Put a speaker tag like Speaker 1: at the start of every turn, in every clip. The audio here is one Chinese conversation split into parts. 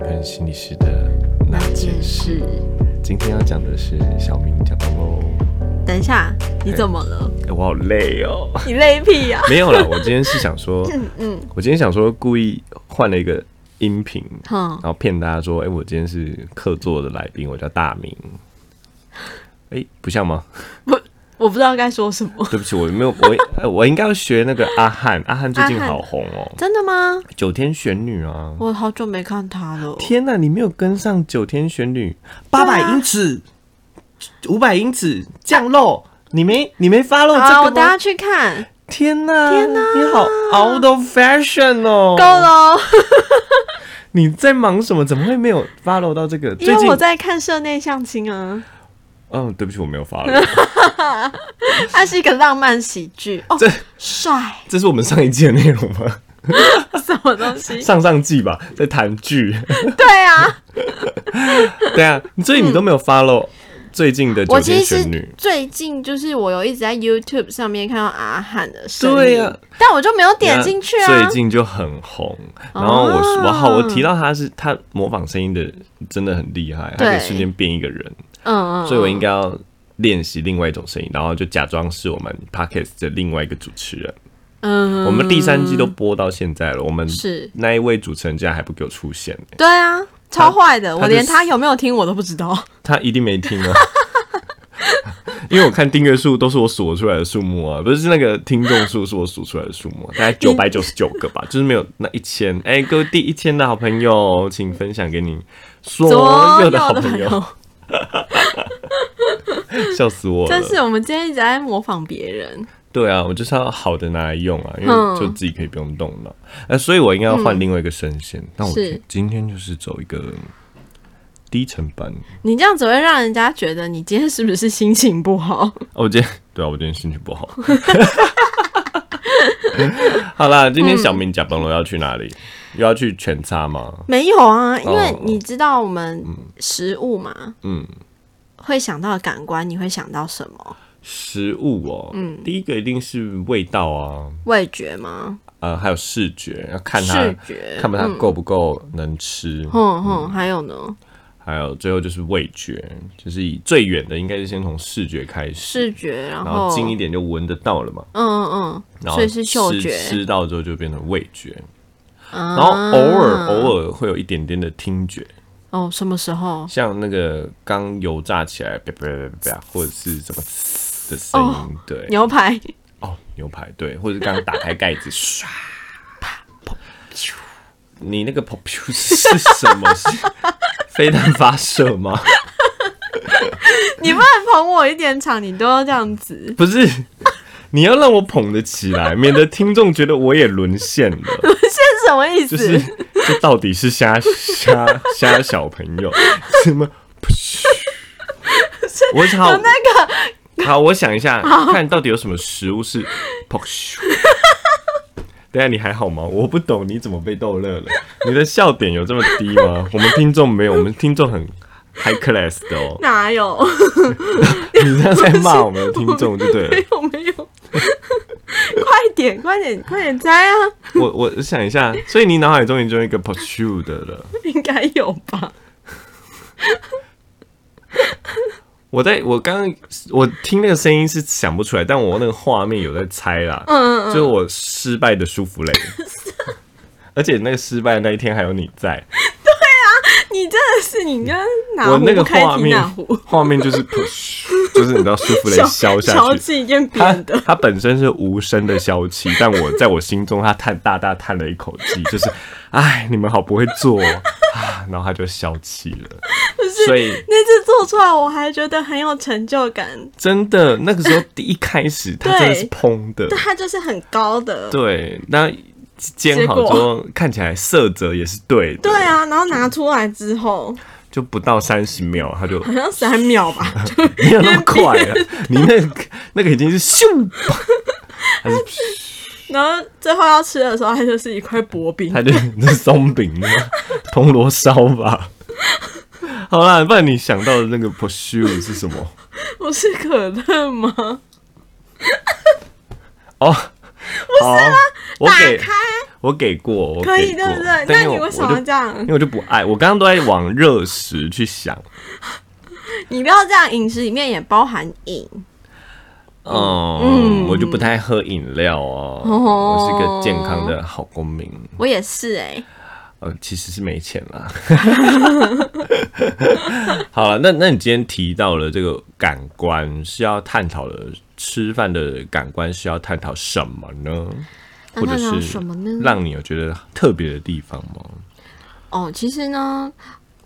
Speaker 1: 谈心理师的那件事。
Speaker 2: 嗯
Speaker 1: 今天要讲的是小明讲到喽，
Speaker 2: 等一下，你怎 么了？
Speaker 1: 哎、我好累哦。
Speaker 2: 你累屁呀、
Speaker 1: 没有啦，我今天是想说，
Speaker 2: 嗯，
Speaker 1: 我今天想说故意换了一个音频，
Speaker 2: 哼
Speaker 1: 然，后骗大家说，哎、我今天是客座的来宾，我叫大明。哎、不像吗？
Speaker 2: 我我不知道该说什么。
Speaker 1: 对不起，我没有，我哎我 应该要学那个阿汉，阿汉最近
Speaker 2: 阿汉
Speaker 1: 好红哦，
Speaker 2: 真的吗？
Speaker 1: 九天玄女啊。
Speaker 2: 我好久没看他了。
Speaker 1: 天呐，你没有跟上九天玄女
Speaker 2: 啊
Speaker 1: 八百英尺、五百英尺降肉，你没你没啊发漏这
Speaker 2: 好了，
Speaker 1: 个
Speaker 2: 我等
Speaker 1: 吗？
Speaker 2: 下去看。
Speaker 1: 天呐，天呐，你好 out of fashion 哦！
Speaker 2: 够了哦，
Speaker 1: 你在忙什么？怎么会没有发漏到这个？
Speaker 2: 因
Speaker 1: 最
Speaker 2: 为
Speaker 1: 近
Speaker 2: 我在看社内相 亲啊，
Speaker 1: 嗯，对不起，我没有发漏。
Speaker 2: 它是一个浪漫喜剧哦
Speaker 1: 这，
Speaker 2: 帅
Speaker 1: 这是我们上一季的内容吗？
Speaker 2: 什么东西？
Speaker 1: 上上季吧，在谈剧。
Speaker 2: 对啊，
Speaker 1: 对啊，所以你都没有发漏最近的九
Speaker 2: 我其
Speaker 1: 天
Speaker 2: 实
Speaker 1: 玄女。
Speaker 2: 最近就是我有一直在 YouTube 上面看到阿汉的声音，
Speaker 1: 对啊
Speaker 2: 但我就没有点进去啊
Speaker 1: 最。近就很红。然后我说、
Speaker 2: 哦
Speaker 1: 我好，我提到他是他模仿声音的真的很厉害，他可
Speaker 2: 对
Speaker 1: 以瞬间变一个人，
Speaker 2: 嗯嗯，
Speaker 1: 所以我应该要练习另外一种声音，然后就假装是我们 podcast 的另外一个主持人。
Speaker 2: 嗯，
Speaker 1: 我们第三季都播到现在了，我们
Speaker 2: 是
Speaker 1: 那一位主持人竟然还不给我出现、欸，
Speaker 2: 对啊，超坏的，
Speaker 1: 他
Speaker 2: 我
Speaker 1: 的
Speaker 2: 连他有没有听我都不知 道。
Speaker 1: 他一定没听啊。 因为我看订阅数都是我数出来的数目啊，不是那个听众数是我数出来的数目啊、大概九百九十九个吧，就是没有那一千。哎、各位第一千的好朋友，请分享给你所有的好朋 友，，笑死我
Speaker 2: 但
Speaker 1: 了。
Speaker 2: 是我们今天一直在模仿别人，
Speaker 1: 对啊，我就是要好的拿来用啊，因为
Speaker 2: 嗯
Speaker 1: 就自己可以不用动脑。呃，所以我应该要换另外一个声线。那我
Speaker 2: 是
Speaker 1: 今天就是走一个低沉版。
Speaker 2: 你这样只会让人家觉得你今天是不是心情不好？
Speaker 1: 哦，我今天对啊，我今天心情不好。好啦，今
Speaker 2: 嗯
Speaker 1: 天小明甲崩了，要去哪里？又要去全差吗？
Speaker 2: 没有啊，因为
Speaker 1: 哦
Speaker 2: 你知道我们食物嘛，
Speaker 1: 嗯，
Speaker 2: 会想到感官，你会想到什么？
Speaker 1: 食物哦，嗯，第一个一定是味道啊，
Speaker 2: 味觉吗？
Speaker 1: 呃，还有视觉，要看它
Speaker 2: 视觉？
Speaker 1: 看它够不够能吃，
Speaker 2: 哼哼，还有呢？
Speaker 1: 还有最后就是味觉，就是以最远的应该是先从视觉开始，
Speaker 2: 视觉，然
Speaker 1: 然后
Speaker 2: 后
Speaker 1: 近一点就闻得到了嘛，
Speaker 2: 嗯嗯嗯，
Speaker 1: 然
Speaker 2: 所
Speaker 1: 后
Speaker 2: 以是嗅
Speaker 1: 吃
Speaker 2: 觉，啊
Speaker 1: 吃到之后就变成味觉，
Speaker 2: 然
Speaker 1: 然后偶尔偶尔会有一点点的听觉。
Speaker 2: 哦，什么时候？
Speaker 1: 像那个刚油炸起来，啪啪啪啪，或者是什么嘶的声音，对，
Speaker 2: 牛排，
Speaker 1: 哦，牛排，对，或者是刚打开盖子，唰，啪，噗，你那个噗噗是什么？ 是飞弹发射吗？
Speaker 2: 你不能捧我一点场，你都要这样子。
Speaker 1: 不是，你要让我捧得起来，免得听众觉得我也沦陷了。
Speaker 2: 现在什么意
Speaker 1: 就
Speaker 2: 思？
Speaker 1: 是这到底是瞎瞎瞎小朋友什么？噗我好
Speaker 2: 有那个
Speaker 1: 好，我想一下，看到底有什么食物是 p o s 等一下你还好吗？我不懂你怎么被逗乐了，你的笑点有这么低吗？我们听众没有，我们听众很 high class 的哦。
Speaker 2: 哪有？
Speaker 1: 你这样在骂我们的听众就对了
Speaker 2: 没。有没有， 快点快点快点摘啊！
Speaker 1: 我我想一下，所以你脑海中已经有一个 pursue 的了。
Speaker 2: 应该有吧？
Speaker 1: 我在我刚刚我听那个声音是想不出来，但我那个画面有在猜啦。
Speaker 2: 嗯
Speaker 1: 就是我失败的舒 芙蕾，而且那个失败的那一天还有你在。
Speaker 2: 你真的是你跟哪
Speaker 1: 我
Speaker 2: 壶
Speaker 1: 那个
Speaker 2: 不开啊
Speaker 1: 画
Speaker 2: 提
Speaker 1: 面
Speaker 2: 哪 壶，
Speaker 1: 画面就是 push，就是你知道舒芙蕾消下
Speaker 2: 小
Speaker 1: 去，
Speaker 2: 气变
Speaker 1: 它
Speaker 2: 扁的。
Speaker 1: 它本身是无声的消气，但我在我心中，它叹大大叹了一口气， 就是，哎，你们好不会做、哦、啊，然后它就消气 了。所以
Speaker 2: 那次做出来，我还觉得很有成就感。
Speaker 1: 真的那个时候第一开始，它真的是
Speaker 2: 对
Speaker 1: 砰的，
Speaker 2: 但它就是很高的，
Speaker 1: 对，那煎
Speaker 2: 结
Speaker 1: 好
Speaker 2: 果
Speaker 1: 之后看起来色泽也是对的，
Speaker 2: 对啊。然后拿出来之后，
Speaker 1: 就不到三十秒，它就
Speaker 2: 好像三秒吧，就
Speaker 1: 没有那么快了，你那个那个已经是 咻，还是
Speaker 2: 然后最后要吃的时候，它就是一块薄饼。
Speaker 1: 他就那是松饼 吗？铜锣烧吧。好啦，不然你想到的那个 pursue 是什么？
Speaker 2: 我是可乐吗？
Speaker 1: 哦，不是啊，我
Speaker 2: 打
Speaker 1: 给
Speaker 2: 开
Speaker 1: 我给过，我
Speaker 2: 可以
Speaker 1: 给过
Speaker 2: 对不对？
Speaker 1: 但
Speaker 2: 那
Speaker 1: 因
Speaker 2: 你
Speaker 1: 我
Speaker 2: 为什么
Speaker 1: 我
Speaker 2: 要
Speaker 1: 就
Speaker 2: 这样
Speaker 1: 因？为我就不爱，我刚刚都在往热食去想，
Speaker 2: 你不要这样，饮食里面也包含饮。
Speaker 1: 嗯，我就不太喝饮料哦，
Speaker 2: 哦
Speaker 1: 我是个健康的好公民。
Speaker 2: 我也是哎、
Speaker 1: 呃，其实是没钱啦。 好了，那那你今天提到了这个感官是要探讨的，吃饭的感官是要探讨什么呢？
Speaker 2: 那
Speaker 1: 或者
Speaker 2: 探讨
Speaker 1: 是
Speaker 2: 什么呢
Speaker 1: 让你有觉得特别的地方吗？
Speaker 2: 哦，其实呢，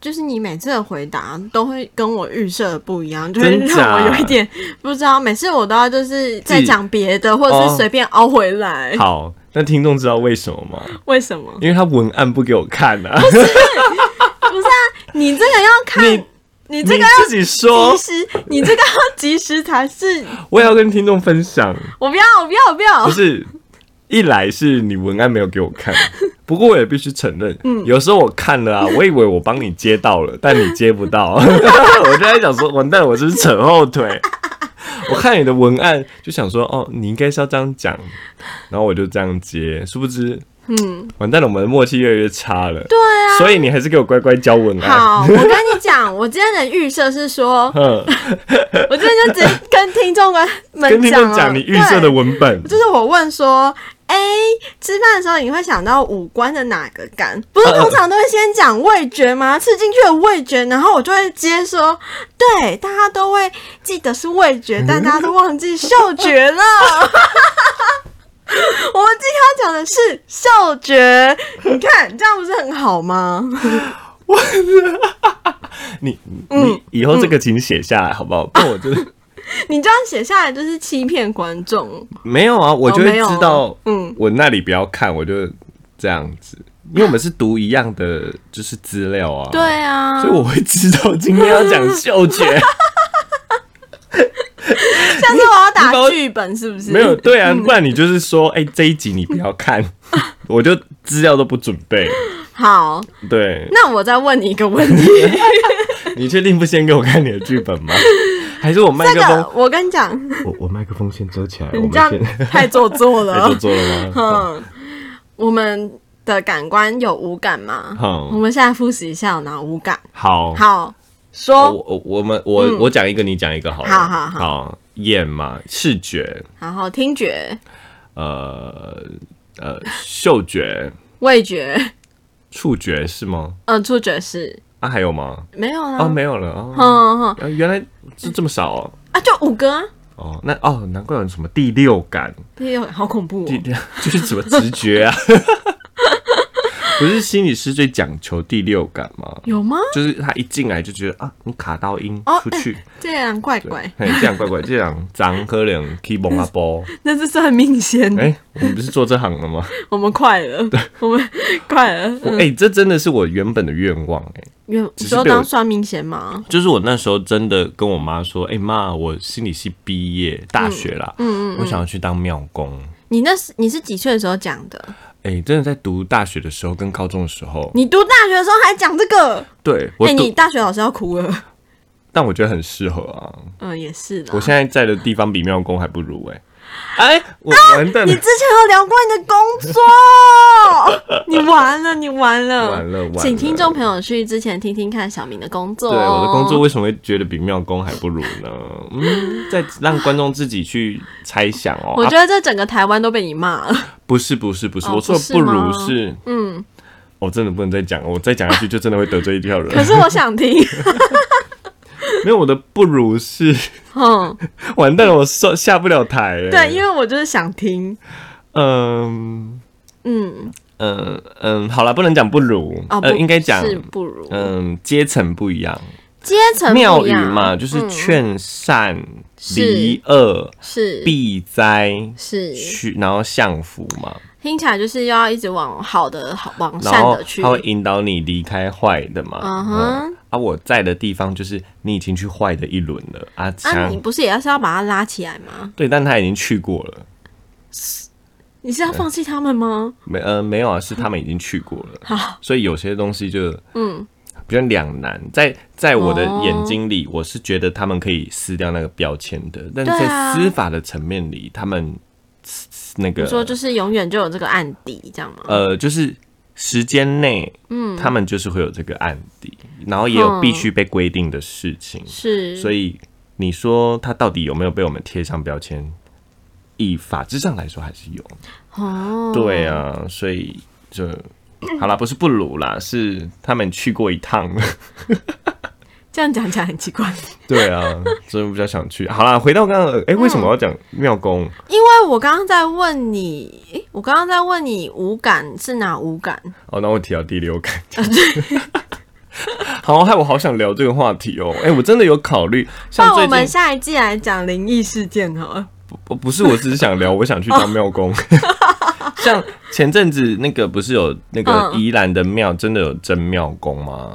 Speaker 2: 就是你每次的回答都会跟我预设的不一样，就会
Speaker 1: 真假
Speaker 2: 让我有一点不知道。每次我都要就是在讲别的，或者
Speaker 1: 哦
Speaker 2: 是随便凹回来，
Speaker 1: 好，那听众知道为什么吗？
Speaker 2: 为什么？
Speaker 1: 因为他文案不给我看啊，
Speaker 2: 不是啊，你这个要看，
Speaker 1: 你
Speaker 2: 你 这
Speaker 1: 你
Speaker 2: 个要
Speaker 1: 自己说
Speaker 2: 及， 时，你这个要及时才是。
Speaker 1: 我也要跟听众分享。
Speaker 2: 我不要，我不要，我不要
Speaker 1: 不。是，一来是你文案没有给我看， 不过我也必须承认，
Speaker 2: 嗯
Speaker 1: 有时候我看了啊，我以为我帮你接到了，但你接不 到，我就在想说，完蛋了，我是不是扯后腿。我看你的文案就想说，哦，你应该是要这样讲，然后我就这样接，殊不知，嗯，完蛋了，我们的默契越来越差了。对啊，所以你还是给我乖乖交文案。
Speaker 2: 好，我跟你讲，我今天的预设是说，
Speaker 1: 嗯，
Speaker 2: 我今天就直接跟听众们
Speaker 1: 跟听众
Speaker 2: 了
Speaker 1: 讲你预设的
Speaker 2: 对
Speaker 1: 文本，
Speaker 2: 就是我问说，哎、吃饭的时候你会想到五官的哪个感？不
Speaker 1: 呃
Speaker 2: 是通常都会先讲味觉吗？吃进去的味觉，然后我就会接说，对，大家都会记得是味觉，
Speaker 1: 嗯
Speaker 2: 但大家都忘记嗅觉了。 我们今天要讲的是嗅觉，你看这样不是很好吗？
Speaker 1: 你
Speaker 2: 嗯
Speaker 1: 你以后这个请写下来好不好？不然我真的。
Speaker 2: 你这样写下来就是欺骗观众。
Speaker 1: 没有啊，我就会
Speaker 2: 哦没有
Speaker 1: 知道，嗯
Speaker 2: 嗯，
Speaker 1: 我那里不要看，我就这样子，因为我们是读一样的，就是资料啊，
Speaker 2: 对，啊，
Speaker 1: 所以我会知道今天要讲嗅觉，
Speaker 2: 下次我要
Speaker 1: 你把我
Speaker 2: 打剧本 是不嗯是？
Speaker 1: 没有，对啊，不然你就是说，哎、这一集你不要看， 我就资料都不准备，
Speaker 2: 好，
Speaker 1: 对
Speaker 2: 那我再问你一个问题。
Speaker 1: 你确定不先给我看你的剧 本吗？还是我 麦克
Speaker 2: 这
Speaker 1: 风
Speaker 2: 个，我跟你讲，
Speaker 1: 我我麦克风先遮起来，我
Speaker 2: 你
Speaker 1: 们
Speaker 2: 这样
Speaker 1: 先
Speaker 2: 太做作
Speaker 1: 太做
Speaker 2: 了。
Speaker 1: 作哎了吗？
Speaker 2: 嗯，我们的感官有五感吗？
Speaker 1: 好
Speaker 2: 我们现在复习一下有哪五感。
Speaker 1: 好，
Speaker 2: 好，
Speaker 1: 我
Speaker 2: 说，
Speaker 1: 我我们我、
Speaker 2: 嗯
Speaker 1: 我讲一个，你讲一个好了，
Speaker 2: 好好好
Speaker 1: 好，眼嘛，视觉。
Speaker 2: 然后听觉、
Speaker 1: 呃呃，嗅觉、
Speaker 2: 味觉，
Speaker 1: 触觉是吗？
Speaker 2: 嗯，触觉是
Speaker 1: 啊，还有吗？
Speaker 2: 没有
Speaker 1: 啊，
Speaker 2: 啦。
Speaker 1: 没有了啊、
Speaker 2: 嗯哼，
Speaker 1: 啊原来是这么少哦。
Speaker 2: 啊，就五个啊，
Speaker 1: 哦，那哦，难怪有什么第六感，
Speaker 2: 哎呦，好恐怖
Speaker 1: 第
Speaker 2: 哦！
Speaker 1: 就是什么直觉啊。 不是心理师最讲求第六感吗？
Speaker 2: 有吗？
Speaker 1: 就是他一进来就觉得啊，你卡到音
Speaker 2: 哦
Speaker 1: 出去，
Speaker 2: 这样怪
Speaker 1: 对
Speaker 2: 怪，
Speaker 1: 嘿，这样怪怪，这样脏可能 k e y b o a 阿波，
Speaker 2: 那这是很明显的。
Speaker 1: 哎、我们不是做这行的吗？
Speaker 2: 我们快了，我们 快了。
Speaker 1: 我哎、这真的是我原本的愿望哎、
Speaker 2: 你
Speaker 1: 只
Speaker 2: 你
Speaker 1: 是
Speaker 2: 说
Speaker 1: 被我
Speaker 2: 当算命先吗？
Speaker 1: 就是我那时候真的跟我妈说，哎、妈，我心理系毕业，大学啦，嗯嗯我想要去当庙工。
Speaker 2: 你那是你是几岁的时候讲的？
Speaker 1: 哎、真的在读大学的时候跟高中的时候，
Speaker 2: 你读大学的时候还讲这个？
Speaker 1: 对我
Speaker 2: 哎、
Speaker 1: 读，
Speaker 2: 你大学老师要哭了。
Speaker 1: 但我觉得很适合啊。
Speaker 2: 嗯，也是的
Speaker 1: 我。现在在的地方比庙工还不如哎、哎、我完蛋
Speaker 2: 啊你
Speaker 1: 了，
Speaker 2: 之前有聊过你的工作， 你完了，你完了，
Speaker 1: 完了完了
Speaker 2: 请听众朋友去之前听听看小明的工作、
Speaker 1: 对我的工作。为什么会觉得比庙工还不如呢？嗯，再让观众自己去猜想哦。
Speaker 2: 我
Speaker 1: 啊
Speaker 2: 觉得这整个台湾都被你骂 了，
Speaker 1: 不是不是不是，
Speaker 2: 哦
Speaker 1: 我说的
Speaker 2: 不是
Speaker 1: 不如
Speaker 2: 吗
Speaker 1: 是，
Speaker 2: 嗯，
Speaker 1: 我、真的不能再讲了，我再讲下去就真的会得罪一票人。
Speaker 2: 可是我想听，
Speaker 1: 没有我的不如是。
Speaker 2: 嗯，
Speaker 1: 完蛋了，我下下不了台、欸。
Speaker 2: 对，因为我就是想听，
Speaker 1: 嗯
Speaker 2: 嗯，
Speaker 1: 嗯嗯，好了，不能讲不如，
Speaker 2: 哦，不
Speaker 1: 呃，应该讲，
Speaker 2: 是不如
Speaker 1: 嗯，阶层不一样，
Speaker 2: 阶层不一样嗯
Speaker 1: 庙宇嘛，就是劝善、
Speaker 2: 是
Speaker 1: 离恶、
Speaker 2: 是
Speaker 1: 避灾。
Speaker 2: 是，
Speaker 1: 去，然后享福嘛，
Speaker 2: 听起来就是要一直往好的好往
Speaker 1: 然
Speaker 2: 善
Speaker 1: 后
Speaker 2: 的去
Speaker 1: 他，会引导你离开坏的嘛。
Speaker 2: 嗯哼，
Speaker 1: 啊，我在的地方就是你已经去坏的一轮了啊，
Speaker 2: 啊，
Speaker 1: 强、
Speaker 2: 你不是也要是要把它拉起来吗？
Speaker 1: 对，但他已经去过了，
Speaker 2: 你是要放弃他们吗？
Speaker 1: 没呃没有啊，是他们已经去过了。
Speaker 2: 好，
Speaker 1: 所以有些东西就
Speaker 2: 嗯。
Speaker 1: 比较两难，在在我的
Speaker 2: 哦
Speaker 1: 眼睛里，我是觉得他们可以撕掉那个标签的，但是
Speaker 2: 对
Speaker 1: 在
Speaker 2: 啊
Speaker 1: 司法的层面里，他们那个
Speaker 2: 你说就是永远就有这个案底这样吗？
Speaker 1: 呃，就是时间内，嗯，他们就是会有这个案底，然后也有必须被规定的事情，
Speaker 2: 嗯是，
Speaker 1: 所以你说他到底有没有被我们贴上标签？以法制上来说，还是有。
Speaker 2: 哦，
Speaker 1: 对啊，所以 就好啦，不是不鲁啦，是他们去过一 趟。
Speaker 2: 这样讲起来很奇怪，
Speaker 1: 对啊，所以我比较想去。好啦，回到刚刚，哎、
Speaker 2: 嗯
Speaker 1: 为什么我要讲妙公？
Speaker 2: 因为我刚刚在问你，诶我刚刚在问你五感是哪五感？
Speaker 1: 哦，那我提到第六感。
Speaker 2: 哦
Speaker 1: 好，害我好想聊这个话题哦。哎、我真的有考虑，像
Speaker 2: 那我
Speaker 1: 最
Speaker 2: 们
Speaker 1: 近
Speaker 2: 下一季来讲灵异事件好了。
Speaker 1: 不不是，我只是 想聊，我想去当庙工。 像前阵子那个不是有那个
Speaker 2: 哦嗯
Speaker 1: 宜兰的庙真的有真庙公吗？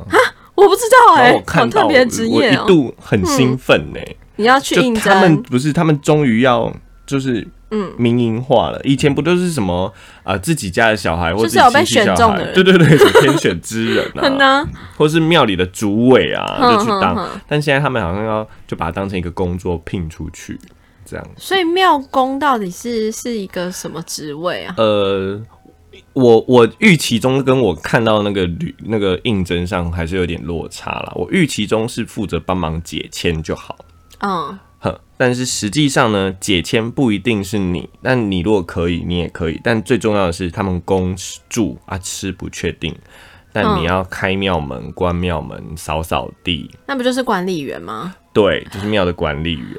Speaker 2: 我不知道哎、
Speaker 1: 然后
Speaker 2: 欸，
Speaker 1: 我看
Speaker 2: 好
Speaker 1: 到
Speaker 2: 特
Speaker 1: 我
Speaker 2: 别职
Speaker 1: 我
Speaker 2: 业
Speaker 1: 一
Speaker 2: 哦、
Speaker 1: 度很兴奋呢、
Speaker 2: 你要去
Speaker 1: 就
Speaker 2: 应
Speaker 1: 他们
Speaker 2: 征，
Speaker 1: 不是，他们终于要就是嗯民营化了。以前不都是什么啊、呃自己家的小孩或
Speaker 2: 就
Speaker 1: 自
Speaker 2: 是
Speaker 1: 己
Speaker 2: 有被
Speaker 1: 亲戚
Speaker 2: 选
Speaker 1: 小
Speaker 2: 中
Speaker 1: 孩
Speaker 2: 的，人
Speaker 1: 对对对，有 天选之人
Speaker 2: 很
Speaker 1: 啊，
Speaker 2: 难
Speaker 1: 或是庙里的主委啊，
Speaker 2: 哼
Speaker 1: 就去
Speaker 2: 哼
Speaker 1: 当
Speaker 2: 哼。
Speaker 1: 但现在他们好像要就把它当成一个工作聘出去，这样。
Speaker 2: 所以庙公到底是是一个什么职位啊？
Speaker 1: 呃，我我预期中跟我看到那个履那个应征上还是有点落差啦。我预期中是负责帮忙解签就好。
Speaker 2: 嗯，
Speaker 1: 哼，但是实际上呢，解签不一定是你，但你如果可以，你也可以。但最重要的是，他们供住啊吃不确定，但
Speaker 2: 嗯
Speaker 1: 你要开庙门、关庙门、扫扫地，
Speaker 2: 那不就是管理员吗？
Speaker 1: 对，就是庙的管理员，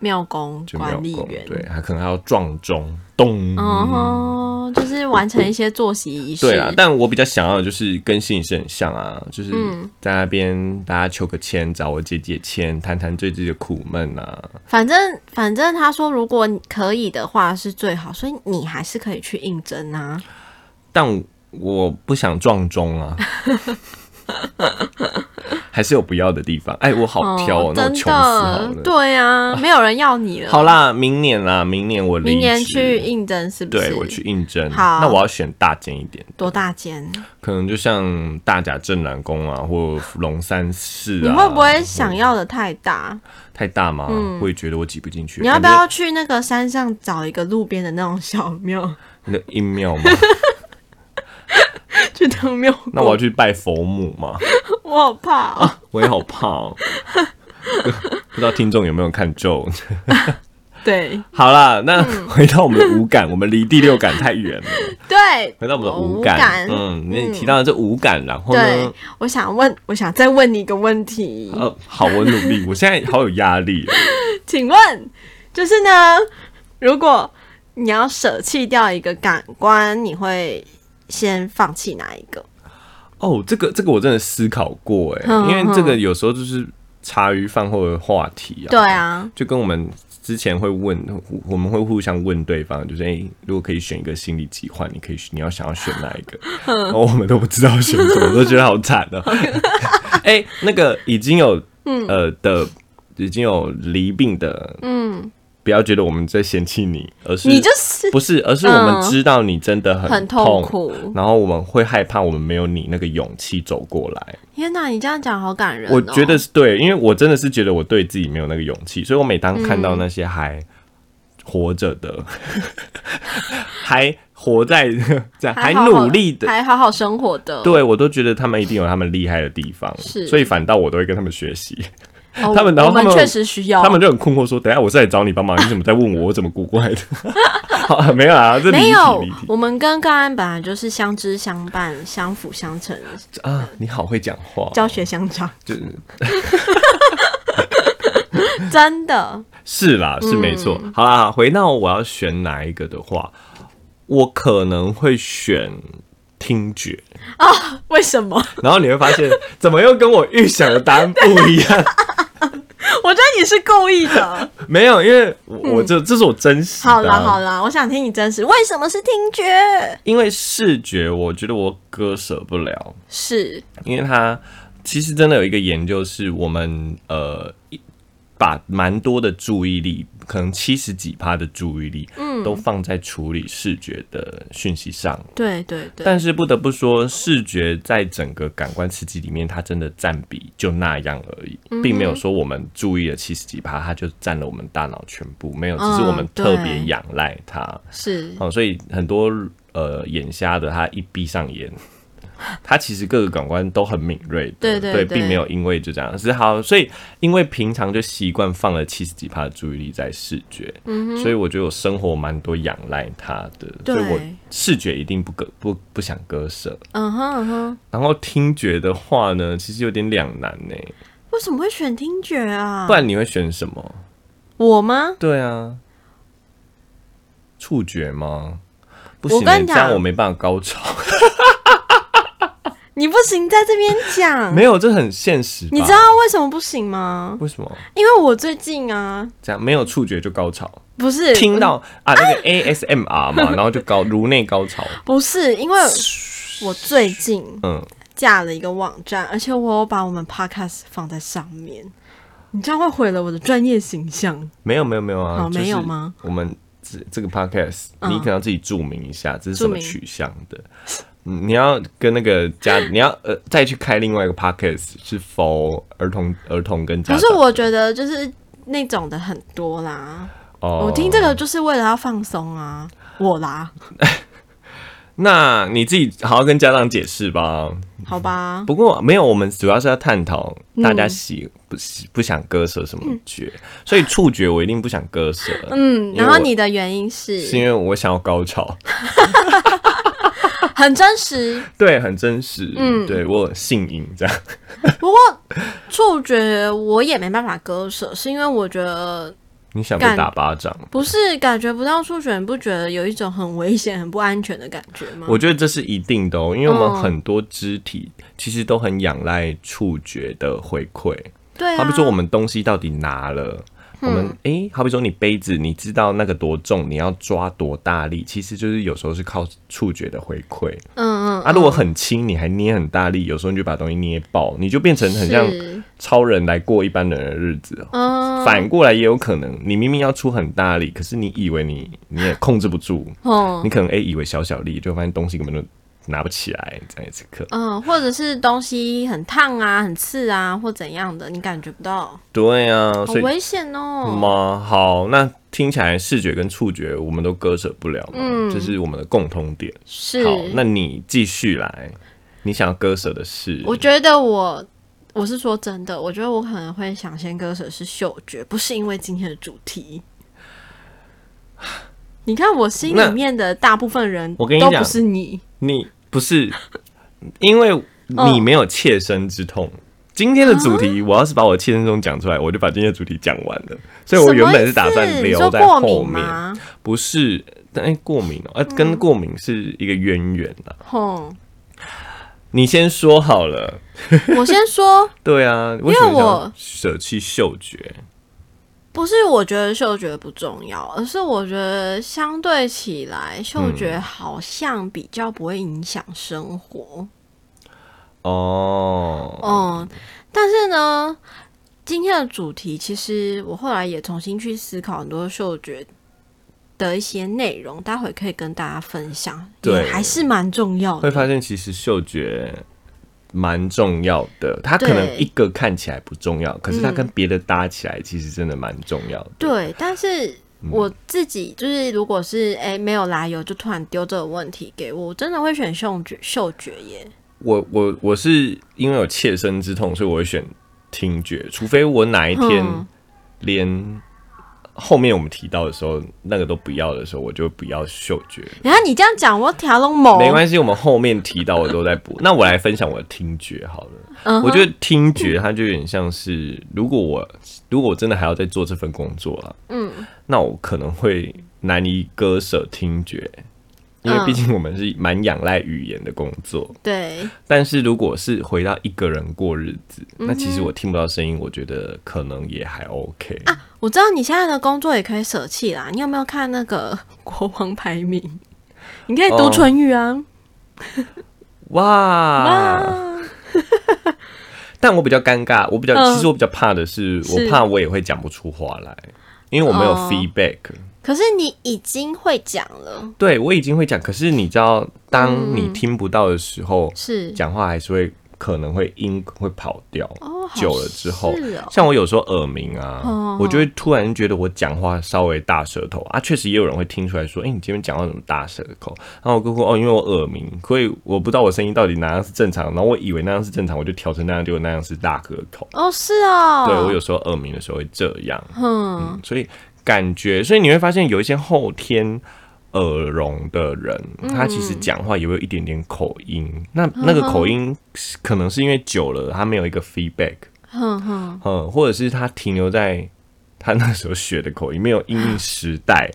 Speaker 2: 庙公
Speaker 1: 就庙
Speaker 2: 管理
Speaker 1: 公，
Speaker 2: 员，
Speaker 1: 对，还可能还要撞钟，咚。
Speaker 2: 哦，就是完成一些作息仪
Speaker 1: 嗯
Speaker 2: 式。
Speaker 1: 对啊，但我比较想要的就是跟心理师很像啊，就是
Speaker 2: 嗯
Speaker 1: 在那边大家求个签，找我解解签，谈谈最自己的苦闷啊。
Speaker 2: 反正反正他说，如果你可以的话是最好，所以你还是可以去应征啊。
Speaker 1: 但我不想撞钟啊， 还是有不要的地方。哎，我好挑哦，那我
Speaker 2: 嗯真
Speaker 1: 穷死好
Speaker 2: 的，
Speaker 1: 了。
Speaker 2: 对啊，没有人要你了。
Speaker 1: 好，啦，明年啦，明年我离
Speaker 2: 明年
Speaker 1: 职
Speaker 2: 去，应征是不是？
Speaker 1: 对我去应征。
Speaker 2: 好
Speaker 1: 那我要选大间一点，
Speaker 2: 多大间？
Speaker 1: 可能就像大甲镇南宫啊，或龙山寺
Speaker 2: 你
Speaker 1: 啊。
Speaker 2: 会不会想要的太大？
Speaker 1: 太大吗？我也觉得我挤不进去。哎
Speaker 2: 你要不
Speaker 1: 感觉
Speaker 2: 要去那个山上找一个路边的那种小庙
Speaker 1: 你的阴庙吗？
Speaker 2: 去当庙公？
Speaker 1: 那我啊要去拜佛母吗？
Speaker 2: 我好怕哦、
Speaker 1: 我也好怕哦。 不知道听众有没有看中？
Speaker 2: 对
Speaker 1: 好啦，那回到我们的五感，我们离第六感太远了。
Speaker 2: 对，哦
Speaker 1: 回到我们的五
Speaker 2: 五
Speaker 1: 感，
Speaker 2: 感
Speaker 1: 嗯，那你提到的这五感，然后呢
Speaker 2: 对？，我想问，我想再问你一个问题，
Speaker 1: 呃，好，我努力，我现在好有压力哦。
Speaker 2: 请问，就是呢，如果你要舍弃掉一个感官，你会先放弃哪一个？
Speaker 1: 哦，这个这个我真的思考过哎，
Speaker 2: 嗯
Speaker 1: 因为这个有时候就是茶余饭后的话题啊。
Speaker 2: 对，啊，
Speaker 1: 就跟我们之前会问，我们会互相问对方，就是哎、如果可以选一个心理疾患，你可以你要想要选哪一个？
Speaker 2: 嗯
Speaker 1: 然后我们都不知道选什么，我都觉得好惨 啊！ 哎、那个已经有呃的，已经有离病的，
Speaker 2: 嗯，
Speaker 1: 不要觉得我们在嫌弃你，而是
Speaker 2: 你就是
Speaker 1: 不是，而是我们
Speaker 2: 嗯
Speaker 1: 知道你真的很
Speaker 2: 很痛
Speaker 1: 痛。
Speaker 2: 苦。
Speaker 1: 然后我们会害怕，我们没有你那个勇气走过来。
Speaker 2: 天哪，你这样讲好感人、哦。
Speaker 1: 我觉得是对，因为我真的是觉得我对自己没有那个勇气，所以我每当看
Speaker 2: 嗯
Speaker 1: 到那些还活着的， 还活在这样还
Speaker 2: 好好
Speaker 1: 努力的，
Speaker 2: 还好好生活的。
Speaker 1: 对我都觉得他们一定有他们厉害的地方，
Speaker 2: 是
Speaker 1: 所以反倒我都会跟他们学习。
Speaker 2: 哦，
Speaker 1: 他们然后
Speaker 2: 我们
Speaker 1: 他们
Speaker 2: 确实需要。
Speaker 1: 他们就很困惑说：“等一下我是来找你帮忙，你怎么在问我？我怎么古怪的？” 好，没有啊，这离
Speaker 2: 没
Speaker 1: 题
Speaker 2: 有
Speaker 1: 离，题
Speaker 2: 我们跟个案本来就是相知相伴、相辅相成、
Speaker 1: 啊！你好会讲话，
Speaker 2: 教学相长，
Speaker 1: 就是
Speaker 2: 真的。
Speaker 1: 是啦，是没错。
Speaker 2: 嗯
Speaker 1: 好啦，回到我要选哪一个的话，我可能会选听觉。
Speaker 2: 为什么？
Speaker 1: 然后你会发现，怎么又跟我预想的答案不一 样？
Speaker 2: 我觉得你是故意的。
Speaker 1: 没有，因为我我这这是我真实的、
Speaker 2: 嗯好啦好，啦，我想听你真实。为什么是听觉？
Speaker 1: 因为视觉，我觉得我割舍不了，
Speaker 2: 是
Speaker 1: 因为它其实真的有一个研究是我们呃。一把蛮多的注意力，可能七十几趴的注意力，嗯，都放在处理视觉的讯息上。
Speaker 2: 对对对，
Speaker 1: 但是不得不说，视觉在整个感官刺激里面，它真的占比就那样而已，
Speaker 2: 嗯
Speaker 1: 并没有说我们注意了七十几趴，它就占了我们大脑全部，没有，只是我们
Speaker 2: 嗯
Speaker 1: 特
Speaker 2: 对
Speaker 1: 别仰赖它。
Speaker 2: 是
Speaker 1: 哦，所以很多呃眼瞎的，他一闭上眼，他其实各个感官都很敏锐的，
Speaker 2: 对对对
Speaker 1: 并没有因为就这样，是好，所以因为平常就习惯放了七十几趴的注意力在视觉，嗯、所以我觉得我生活蛮多仰赖它的，
Speaker 2: 对
Speaker 1: 所以我视觉一定不割不不想割舍，
Speaker 2: 嗯哼嗯哼，
Speaker 1: 然后听觉的话呢，其实有点两难呢，
Speaker 2: 为什么会选听觉啊
Speaker 1: 不？然你会选什么？
Speaker 2: 我吗？
Speaker 1: 对啊，触觉吗？不
Speaker 2: 我
Speaker 1: 行
Speaker 2: 跟
Speaker 1: 欸，
Speaker 2: 你
Speaker 1: 这样
Speaker 2: 讲
Speaker 1: 我没办法高潮。
Speaker 2: 你不行，在这边讲
Speaker 1: 没。有，这很现实吧。
Speaker 2: 嗯 你知道为什么不行吗？
Speaker 1: 为什么
Speaker 2: 因为我最近啊，
Speaker 1: 这样没有触觉就高潮？
Speaker 2: 不是
Speaker 1: 听到啊那 个 ASMR 嘛，然后就高颅内高潮。
Speaker 2: 不是，因为我最近
Speaker 1: 嗯，
Speaker 2: 架了一个网站，而且我有把我们 podcast 放在上面，你这样会毁了我的专业形象。
Speaker 1: 没有没有没有啊，
Speaker 2: 哦没有吗？
Speaker 1: 我们这这个 podcast，
Speaker 2: 嗯
Speaker 1: 你可能要自己注明一下这是什
Speaker 2: 注
Speaker 1: 么
Speaker 2: 明
Speaker 1: 取向的。嗯你要跟那个 家，你要呃再去开另外一个 podcast 是否儿童儿童跟家
Speaker 2: 可
Speaker 1: 长？
Speaker 2: 是我觉得就是那种的很多啦，
Speaker 1: 哦
Speaker 2: 我听这个就是为了要放松啊，我 啦，
Speaker 1: 那你自己好好跟家长解释吧。
Speaker 2: 好 吧。
Speaker 1: 不过没有，我们主要是要探讨大
Speaker 2: 嗯
Speaker 1: 家喜、不喜不想割舍什么觉，所以触觉我一定不想割舍，
Speaker 2: 嗯，
Speaker 1: 因为
Speaker 2: 然后
Speaker 1: 我
Speaker 2: 你的原因
Speaker 1: 是
Speaker 2: 是
Speaker 1: 因为我想要高潮，
Speaker 2: 很真实，
Speaker 1: 对，很真实，嗯，对我有性瘾这样，
Speaker 2: 不过触觉我也没办法割舍，是因为我觉得
Speaker 1: 你想被
Speaker 2: 干
Speaker 1: 打巴掌，
Speaker 2: 不是感觉不到触觉，你不觉得有一种很危险、很不安全的感觉吗？
Speaker 1: 我觉得这是一定的哦，因为我们
Speaker 2: 嗯
Speaker 1: 很多肢体其实都很仰赖触觉的回馈，
Speaker 2: 对啊，嗯
Speaker 1: 好比说我们东西到底拿了。我们诶、好比说你杯子，你知道那个多重，你要抓多大力，其实就是有时候是靠触觉的回馈。
Speaker 2: 嗯嗯，
Speaker 1: 啊，如果很轻，你还捏很大力，有时候你就把东西捏爆，你就变成很像
Speaker 2: 是
Speaker 1: 超人来过一般人的日子。
Speaker 2: 嗯
Speaker 1: 反过来也有可能，你明明要出很大力，可是你以为你你也控制不住，
Speaker 2: 嗯
Speaker 1: 你可能哎诶、以为小小力，就发现东西根本就拿不起来，这样一次刻。
Speaker 2: 嗯，或者是东西很烫啊、很刺啊，或怎样的，你感觉不到，
Speaker 1: 对啊，
Speaker 2: 好
Speaker 1: 所以
Speaker 2: 危险哦。
Speaker 1: 嘛，好，那听起来视觉跟触觉我们都割舍不了嘛，
Speaker 2: 嗯
Speaker 1: 这是我们的共通点。
Speaker 2: 是，
Speaker 1: 好，那你继续来，你想要割舍的是，
Speaker 2: 我觉得我我是说真的，我觉得我可能会想先割舍是嗅觉，不是因为今天的主 题。你看我心里
Speaker 1: 那
Speaker 2: 面的大部分人，
Speaker 1: 我跟你
Speaker 2: 都不
Speaker 1: 讲
Speaker 2: 是你，
Speaker 1: 你不是因为你没有切身之痛。今天的主题，
Speaker 2: 啊
Speaker 1: 我要是把我切身之痛讲出来，我就把今天的主题讲完了。所以我原本是打
Speaker 2: 什
Speaker 1: 算
Speaker 2: 么意思
Speaker 1: 留在
Speaker 2: 你说过
Speaker 1: 后
Speaker 2: 敏
Speaker 1: 面，
Speaker 2: 吗？
Speaker 1: 不是。但哎、过敏哦、呃，跟过敏是一个渊源啊。
Speaker 2: 吼，
Speaker 1: 你先说好了。
Speaker 2: 我先说，
Speaker 1: 对啊，为什么
Speaker 2: 因
Speaker 1: 你想
Speaker 2: 为我
Speaker 1: 要舍弃嗅觉？
Speaker 2: 不是我觉得嗅觉不重要，而是我觉得相对起来，嗅
Speaker 1: 嗯
Speaker 2: 觉好像比较不会影响生活。
Speaker 1: 哦，
Speaker 2: 嗯，但是呢，今天的主题其实我后来也重新去思考很多嗅觉的一些内容，待会可以跟大家分享，也
Speaker 1: 对
Speaker 2: 还是蛮重要
Speaker 1: 会
Speaker 2: 的。
Speaker 1: 发现其实嗅觉蛮重要的，它可能
Speaker 2: 对
Speaker 1: 一个看起来不重要，可是它
Speaker 2: 嗯
Speaker 1: 跟别的搭起来，其实真的蛮重要的。
Speaker 2: 对，但是我自己就是，如果是哎、诶没有来由就突然丢这个问题给我，我真的会选嗅觉嗅觉耶。
Speaker 1: 我我我是因为有切身之痛，所以我会选听觉，除非我哪一天
Speaker 2: 嗯
Speaker 1: 连后面我们提到的时候那个都不要的时候，我就不要嗅觉了。
Speaker 2: 然后你这样讲，我条龙某
Speaker 1: 没关系，我们后面提到我都在补。那我来分享我的听觉好了。
Speaker 2: 嗯哼
Speaker 1: 我觉得听觉它就有点像是，如果我如果我真的还要再做这份工作了，
Speaker 2: 嗯，
Speaker 1: 那我可能会难以割舍听觉，因为
Speaker 2: 嗯
Speaker 1: 毕竟我们是蛮仰赖语言的工作。
Speaker 2: 对，
Speaker 1: 但是如果是回到一个人过日子，
Speaker 2: 嗯
Speaker 1: 那其实我听不到声音，我觉得可能也还 OK。
Speaker 2: 我知道你现在的工作也可以舍弃啦。你有没有看那个国王排名？你可以读
Speaker 1: 哦
Speaker 2: 唇语啊。
Speaker 1: 哇，
Speaker 2: 啊，
Speaker 1: 但我比较尴尬，我比较、
Speaker 2: 嗯
Speaker 1: 其实我比较怕的是，
Speaker 2: 是
Speaker 1: 我怕我也会讲不出话来，因为我没有
Speaker 2: 哦
Speaker 1: feedback。
Speaker 2: 可是你已经会讲了，
Speaker 1: 对我已经会讲，可是你知道，当
Speaker 2: 嗯
Speaker 1: 你听不到的时候，
Speaker 2: 是
Speaker 1: 讲话还是会可能会音会跑掉。
Speaker 2: 哦，好
Speaker 1: 久了之后
Speaker 2: 是哦，
Speaker 1: 像我有时候耳鸣啊，
Speaker 2: 哦
Speaker 1: 我就会突然觉得我讲话稍微大舌头啊，确实也有人会听出来说，哎、你今天讲话怎么大舌头？然后我跟我哦，因为我耳鸣，所以我不知道我声音到底哪样是正常，然后我以为那样是正常，我就调成那样，结果那样是大舌头。
Speaker 2: 哦，是哦，
Speaker 1: 对我有，时候耳鸣的时候会这样，
Speaker 2: 嗯，
Speaker 1: 所以感觉，所以你会发现有一些后天。耳聋的人，他其实讲话也会有一点点口音，那那个口音可能是因为久了，他没有一个 feedback，
Speaker 2: 哼哼，
Speaker 1: 嗯，或者是他停留在他那时候学的口音，没有因应时代。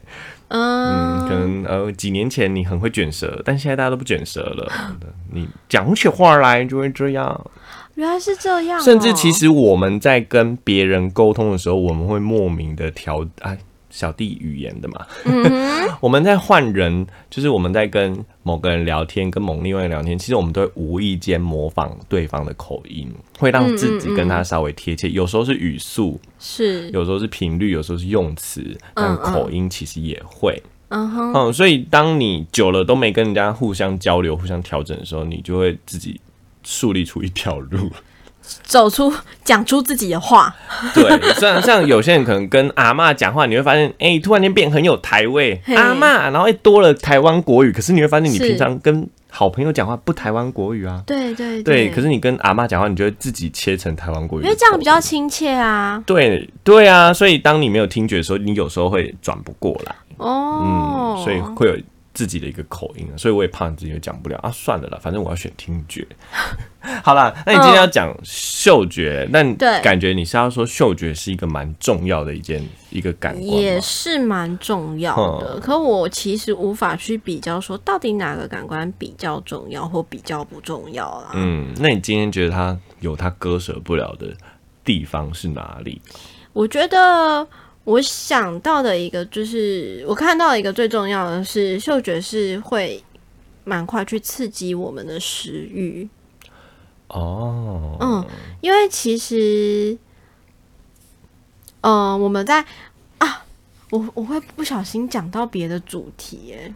Speaker 1: 嗯，
Speaker 2: 嗯，
Speaker 1: 可能呃几年前你很会卷舌，但现在大家都不卷舌了，你讲不起话来就会这样。
Speaker 2: 原来是这样哦，
Speaker 1: 甚至其实我们在跟别人沟通的时候，我们会莫名的调哎。小弟语言的嘛， 我们在换人，就是我们在跟某个人聊天，跟某另外一个人聊天，其实我们都会无意间模仿对方的口音，会让自己跟他稍微贴切。有时候是语速，
Speaker 2: 是，
Speaker 1: 有时候是频率，有时候是用词，但口音其实也会。
Speaker 2: 嗯哼，
Speaker 1: 嗯，所以当你久了都没跟人家互相交流、互相调整的时候，你就会自己树立出一条 路。
Speaker 2: 走出讲出自己的话，
Speaker 1: 对，像像有些人可能跟阿嬷讲话，你会发现，哎、突然间变很有台味，
Speaker 2: 嘿
Speaker 1: 阿嬷，然后哎、多了台湾国语。可是你会发现，你
Speaker 2: 是
Speaker 1: 平常跟好朋友讲话不台湾国语啊。
Speaker 2: 对对
Speaker 1: 对，可是你跟阿嬷讲话，你就会自己切成台湾国语的口音，
Speaker 2: 因为这样比较亲切啊，
Speaker 1: 对对啊。所以当你没有听觉的时候，你有时候会转不过来。
Speaker 2: 哦，
Speaker 1: 嗯，所以会有自己的一个口音，啊所以我也怕自己又讲不了啊。算了啦，反正我要选听觉。 好啦，那你今天要讲嗅觉，那你
Speaker 2: 对
Speaker 1: 感觉你是要说嗅觉是一个蛮重要的一件一个感官吗
Speaker 2: 也是蛮重要的。可我其实无法去比较说到底哪个感官比较重要或比较不重要啊啦。
Speaker 1: 嗯，那你今天觉得它有它割舍不了的地方是哪里？
Speaker 2: 我觉得我想到的一个就是，我看到的一个最重要的是，嗅觉是会蛮快去刺激我们的食欲。
Speaker 1: 哦，
Speaker 2: 嗯，因为其实，嗯、我们在啊，我我会不小心讲到别的主题耶，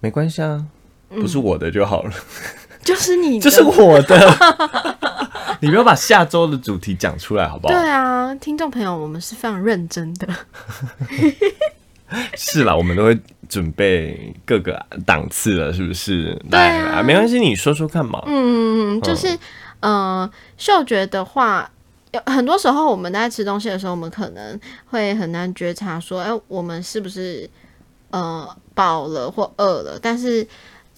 Speaker 1: 没关系啊，
Speaker 2: 嗯
Speaker 1: 不是我的就好了，
Speaker 2: 就是你
Speaker 1: 这
Speaker 2: 的，
Speaker 1: 是我的。 你不要把下周的主题讲出来好不好
Speaker 2: 对？啊，听众朋友，我们是非常认真的。
Speaker 1: 是啦，我们都会准备各个档次了，是不是？
Speaker 2: 对啊
Speaker 1: 来没关系，你说说看嘛。
Speaker 2: 嗯，就是呃，嗅觉的话，有很多时候我们在吃东西的时候，我们可能会很难觉察说，哎、我们是不是呃饱了或饿了？但是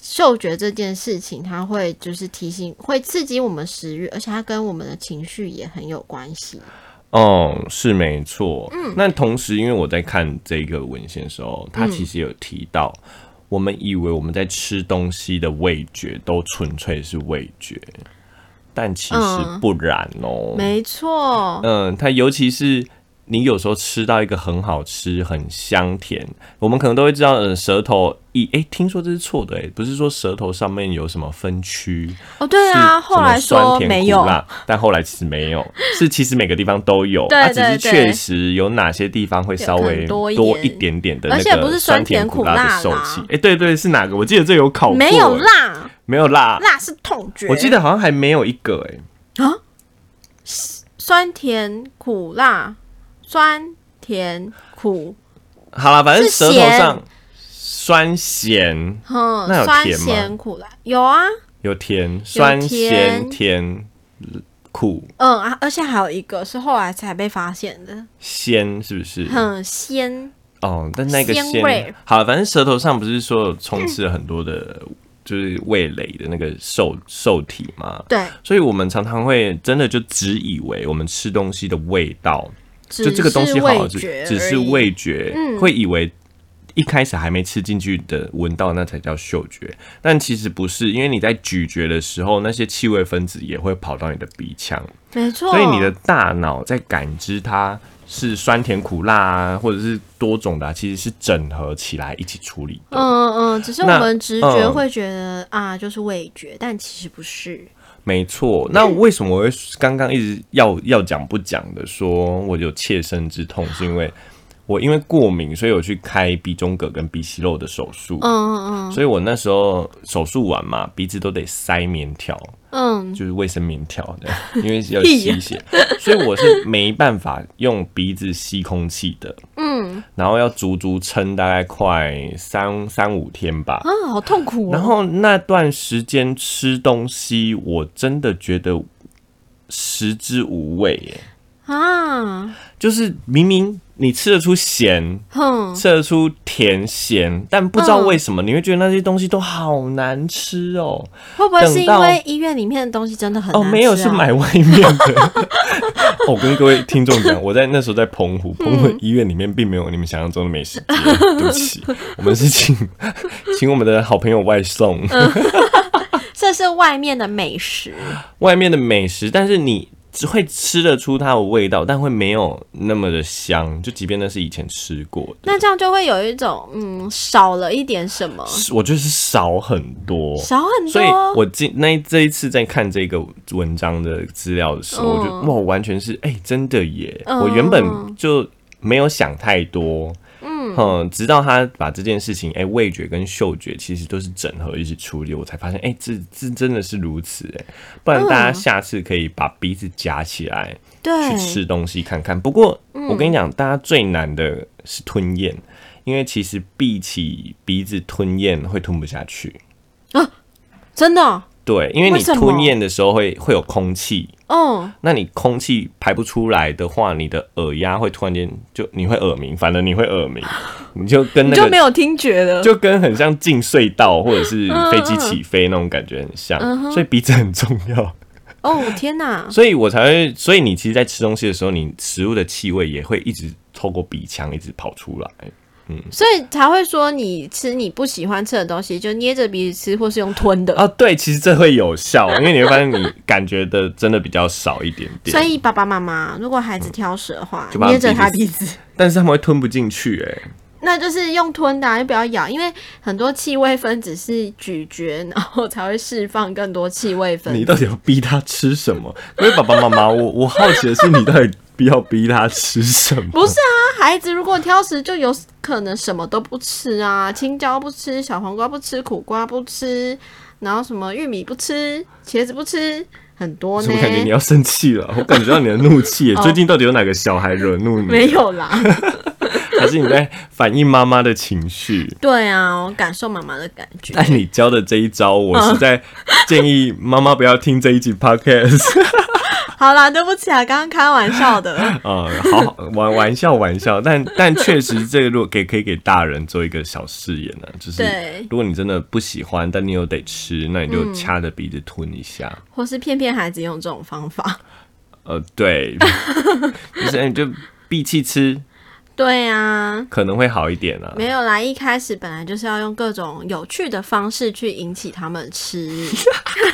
Speaker 2: 嗅觉这件事情，它会就是提醒，会刺激我们食欲，而且它跟我们的情绪也很有关系。
Speaker 1: 哦、是没错。嗯，那同时，因为我在看这个文献的时候，它其实有提到，我们以为我们在吃东西的味觉都纯粹是味觉，但其实
Speaker 2: 嗯
Speaker 1: 不然哦。
Speaker 2: 没错，
Speaker 1: 嗯，它尤其是你有时候吃到一个很好吃、很香甜，我们可能都会知道，呃，舌头一诶，听说这是错的诶，不是说舌头上面有什么分区，
Speaker 2: 哦，对啊，后来
Speaker 1: 是什么
Speaker 2: 说
Speaker 1: 酸甜
Speaker 2: 没
Speaker 1: 苦
Speaker 2: 有，
Speaker 1: 辣，哦但后来其实没有，是其实每个地方都有，
Speaker 2: 对
Speaker 1: 它只是
Speaker 2: 对对
Speaker 1: 确实有哪些地方会稍
Speaker 2: 可
Speaker 1: 微
Speaker 2: 能多一
Speaker 1: 多
Speaker 2: 点
Speaker 1: 一点点的
Speaker 2: 而
Speaker 1: 那
Speaker 2: 且不
Speaker 1: 个
Speaker 2: 是
Speaker 1: 酸
Speaker 2: 酸甜
Speaker 1: 甜
Speaker 2: 苦
Speaker 1: 辣
Speaker 2: 辣
Speaker 1: 的受
Speaker 2: 啦
Speaker 1: 气，诶，对对，是哪个？我记得这有考过，
Speaker 2: 没有，辣，
Speaker 1: 没有辣，
Speaker 2: 辣是痛觉。
Speaker 1: 我记得好像还没有一个诶。
Speaker 2: 啊，酸甜苦辣，酸甜苦，
Speaker 1: 好了，反正
Speaker 2: 是
Speaker 1: 舌头
Speaker 2: 咸
Speaker 1: 上酸咸
Speaker 2: 哼，
Speaker 1: 那有
Speaker 2: 嗯酸
Speaker 1: 甜吗
Speaker 2: 咸苦辣有啊，
Speaker 1: 有甜、酸、咸、
Speaker 2: 甜
Speaker 1: 甜、苦、
Speaker 2: 嗯啊，而且还有一个是后来才被发现的，
Speaker 1: 鲜，是不是？
Speaker 2: 很嗯鲜，
Speaker 1: 哦，但那个
Speaker 2: 鲜味
Speaker 1: 鲜，好，反正舌头上不是说有充斥了很多的，就是味蕾的那个受受体嘛，
Speaker 2: 对，
Speaker 1: 所以我们常常会真的就只以为我们吃东西的味道，
Speaker 2: 就
Speaker 1: 就这个东西好好吃，
Speaker 2: 吃，
Speaker 1: 只是味觉，
Speaker 2: 嗯
Speaker 1: 会以为。一开始还没吃进去的闻到，那才叫嗅觉，但其实不是，因为你在咀嚼的时候，那些气味分子也会跑到你的鼻腔，
Speaker 2: 没错，
Speaker 1: 所以你的大脑在感知它是酸甜苦辣啊，或者是多种的啊、其实是整合起来一起处理的。
Speaker 2: 嗯嗯，只是我
Speaker 1: 那
Speaker 2: 们直觉
Speaker 1: 嗯
Speaker 2: 会觉得啊，就是味觉，但其实不是，
Speaker 1: 没错，嗯那为什么我会刚刚一直要要讲不讲的说我有切身之痛，是因为我因为过敏，所以我去开鼻中隔跟鼻息肉的手术。
Speaker 2: 嗯嗯
Speaker 1: 所以我那时候手术完嘛，鼻子都得塞棉条，
Speaker 2: 嗯，
Speaker 1: 就是卫生棉条的，因为要吸血，所以我是没办法用鼻子吸空气的。
Speaker 2: 嗯，
Speaker 1: 然后要足足撑大概快三三五天吧。
Speaker 2: 啊，好痛苦
Speaker 1: 然
Speaker 2: 哦。
Speaker 1: 后那段时间吃东西，我真的觉得食之无味耶。
Speaker 2: 啊，
Speaker 1: 就是明明你吃得出咸，
Speaker 2: 哼，
Speaker 1: 吃得出甜咸，但不知道为什么、你会觉得那些东西都好难吃哦。
Speaker 2: 会不会是
Speaker 1: 等
Speaker 2: 因
Speaker 1: 到
Speaker 2: 为医院里面的东西真的很难
Speaker 1: 哦，
Speaker 2: 吃啊
Speaker 1: 没有，是买外面 的。哦我跟各位听众讲，我在那时候在澎湖，
Speaker 2: 嗯
Speaker 1: 澎湖医院里面并没有你们想象中的美食街，对不起，我们是请请我们的好朋友外送。
Speaker 2: 嗯这是外面的美食。
Speaker 1: 外面的美食，但是你只会吃得出它的味道，但会没有那么的香。就即便那是以前吃过的，
Speaker 2: 那这样就会有一种嗯少了一点什么，
Speaker 1: 是我觉得是少很多。
Speaker 2: 少很
Speaker 1: 所以
Speaker 2: 多。
Speaker 1: 我今那一这一次在看这个文章的资料的时候，
Speaker 2: 嗯
Speaker 1: 我就哇，我完全是哎、真的耶！
Speaker 2: 嗯
Speaker 1: 我原本就没有想太多。嗯直到他把这件事情，哎、味觉跟嗅觉其实都是整合一起处理，我才发现，哎、这这真的是如此，哎，不然大家
Speaker 2: 嗯
Speaker 1: 下次可以把鼻子夹起来，去
Speaker 2: 对，嗯
Speaker 1: 吃东西看看。不过、我跟你讲，大家最难的是吞咽，因为其实闭起鼻子吞咽会吞不下去。
Speaker 2: 真的哦，
Speaker 1: 对，因为
Speaker 2: 为
Speaker 1: 你
Speaker 2: 什么
Speaker 1: 吞咽的时候会会有空气，
Speaker 2: 嗯，
Speaker 1: 那你空气排不出来的话，你的耳压会突然间就你会耳鸣，反正你会耳 鸣，你就跟
Speaker 2: 你
Speaker 1: 那
Speaker 2: 就没
Speaker 1: 个
Speaker 2: 有听觉了。
Speaker 1: 就跟很像进隧道或者是
Speaker 2: 嗯
Speaker 1: 飞机起飞那种感觉很像，
Speaker 2: 嗯哼
Speaker 1: 所以鼻子很重要。
Speaker 2: 哦天哪，
Speaker 1: 所以我才会，所以你其实，在吃东西的时候，你食物的气味也会一直透过鼻腔一直跑出来。
Speaker 2: 所以才会说你吃你不喜欢吃的东西，就捏着鼻子吃，或是用吞的。
Speaker 1: 啊，对，其实这会有效，因为你会发现你感觉的真的比较少一点点。
Speaker 2: 所以爸爸妈妈如果孩子挑食的话，
Speaker 1: 就把他
Speaker 2: 捏着他
Speaker 1: 鼻
Speaker 2: 鼻子，
Speaker 1: 但是他们会吞不进去、哎，
Speaker 2: 那就是用吞的、啊，就不要咬，因为很多气味分子是咀嚼，然后才会释放更多气味分
Speaker 1: 你
Speaker 2: 子。
Speaker 1: 到底要逼他吃什么？因为爸爸妈妈，我我好奇的是，你到底逼要逼他吃什么？
Speaker 2: 不是啊，孩子如果挑食，就有可能什么都不吃啊，青椒不吃，小黄瓜不吃，苦瓜不吃，然后什么玉米不吃，茄子不吃，很多
Speaker 1: 怎
Speaker 2: 呢
Speaker 1: 么。感觉你要生气了？我感觉到你的怒气耶。最近到底有哪个小孩惹怒你？
Speaker 2: 哦没，有啦，
Speaker 1: 还是你在反映妈妈的情绪？
Speaker 2: 对啊，我感受妈妈的感觉。
Speaker 1: 但你教的这一招，我实在
Speaker 2: 嗯
Speaker 1: 建议妈妈不要听这一集 podcast
Speaker 2: 好啦，对不起啊，刚刚开玩 笑的。
Speaker 1: 啊、好好玩玩笑玩笑，但但确实这个如果给可以给大人做一个小试验呢、就是
Speaker 2: 对嗯
Speaker 1: 如果你真的不喜欢，但你又得吃，那你就掐着鼻子吞一下。
Speaker 2: 或是骗骗孩子用这种方法。
Speaker 1: 呃，对， 就是哎你就闭气吃，
Speaker 2: 对啊，
Speaker 1: 可能会好一点啊。
Speaker 2: 没有啦，一开始本来就是要用各种有趣的方式去引起他们吃。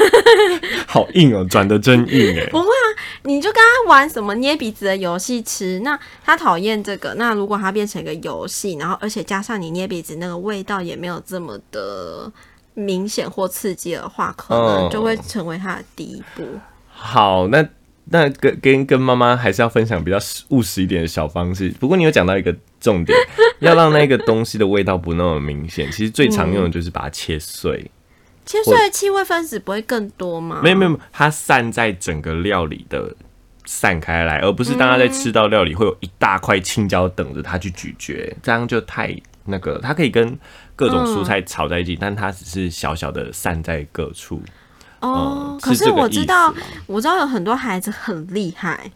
Speaker 1: 好硬哦，转的真硬哎、
Speaker 2: 不会啊，你就跟他玩什么捏鼻子的游戏吃，那他讨厌这个，那如果他变成一个游戏，然后而且加上你捏鼻子那个味道也没有这么的明显或刺激的话，可能就会成为他的第一步。
Speaker 1: 好，那那跟跟跟妈妈还是要分享比较实务实一点的小方式。不过你有讲到一个重点， 要让那个东西的味道不那么明显。其实最常用的就是把它切碎，
Speaker 2: 切碎的气味分子不会更多吗？
Speaker 1: 没有没有，没有它散在整个料理的散开来，而不是大家在吃到料理会有一大块青椒等着它去咀嚼，这样就太那个了。它可以跟各种蔬菜炒在一起，但它只是小小的散在各处。
Speaker 2: 哦
Speaker 1: 嗯，
Speaker 2: 可
Speaker 1: 是
Speaker 2: 是
Speaker 1: 这个
Speaker 2: 我
Speaker 1: 意思
Speaker 2: 知道，我知道有很多孩子很厉害，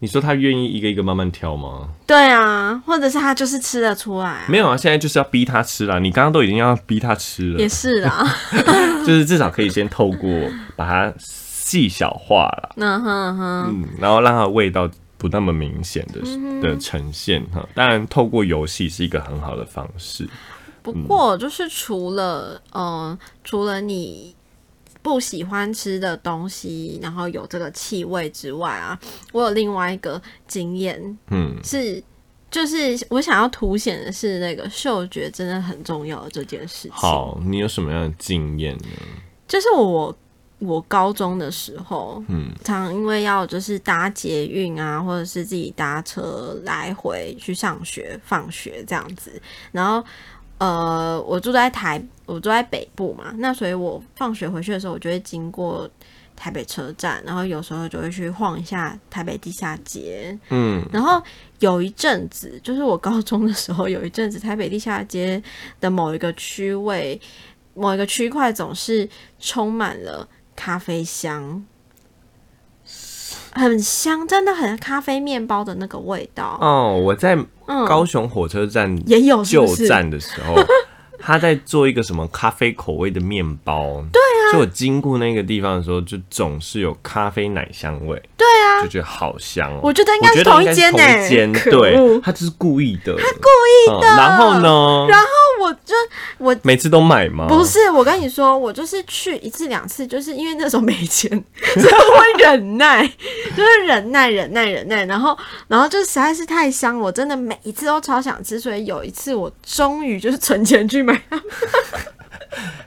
Speaker 1: 你说他愿意一个一个慢慢挑吗？
Speaker 2: 对啊，或者是他就是吃得出来啊、
Speaker 1: 没有啊，现在就是要逼他吃啦。你刚刚都已经要逼他吃了
Speaker 2: 也，是啦，
Speaker 1: 就是至少可以先透过把它细小化啦，
Speaker 2: 嗯嗯哼哼，
Speaker 1: 嗯，然后让它的味道不那么明显的的呈现哈。当然，透过游戏是一个很好的方式。
Speaker 2: 不过就是除了嗯、呃除了你不喜欢吃的东西，然后有这个气味之外啊，我有另外一个经验
Speaker 1: 嗯，
Speaker 2: 是，就是我想要凸显的是那个嗅觉真的很重要的这件事情。
Speaker 1: 好，你有什么样的经验呢？
Speaker 2: 就是我我高中的时候，嗯，常因为要就是搭捷运啊，或者是自己搭车来回去上学、放学这样子。然后，呃，我住在台，我住在北部嘛，那所以我放学回去的时候，我就会经过台北车站，然后有时候就会去晃一下台北地下街。
Speaker 1: 嗯，
Speaker 2: 然后有一阵子，就是我高中的时候，有一阵子台北地下街的某一个区位。某一个区块总是充满了咖啡香，很香，真的很咖啡面包的那个味道。
Speaker 1: 哦，我在
Speaker 2: 嗯，
Speaker 1: 高雄火车站
Speaker 2: 也有是
Speaker 1: 就
Speaker 2: 不是？
Speaker 1: 站的时候， 他在做一个什么咖啡口味的面包。对啊，所以我经过那个地方的时候，就总是有咖啡奶香味。对啊，就觉得好香哦。
Speaker 2: 我觉得应
Speaker 1: 我
Speaker 2: 该
Speaker 1: 觉
Speaker 2: 是
Speaker 1: 得
Speaker 2: 同
Speaker 1: 应
Speaker 2: 一
Speaker 1: 该是
Speaker 2: 间呢、
Speaker 1: 同一间，
Speaker 2: 可
Speaker 1: 对，
Speaker 2: 恶！
Speaker 1: 他就是故意的，他故意的。然后呢？
Speaker 2: 然后我就
Speaker 1: 每次都买吗？
Speaker 2: 不是，我跟你说，我就是去一次两次，就是因为那时候没钱， 所以我会忍耐，就是忍耐、忍耐、忍耐，然后，然后就实在是太香，我真的每一次都超想吃，所以有一次我终于就是存钱去买 它。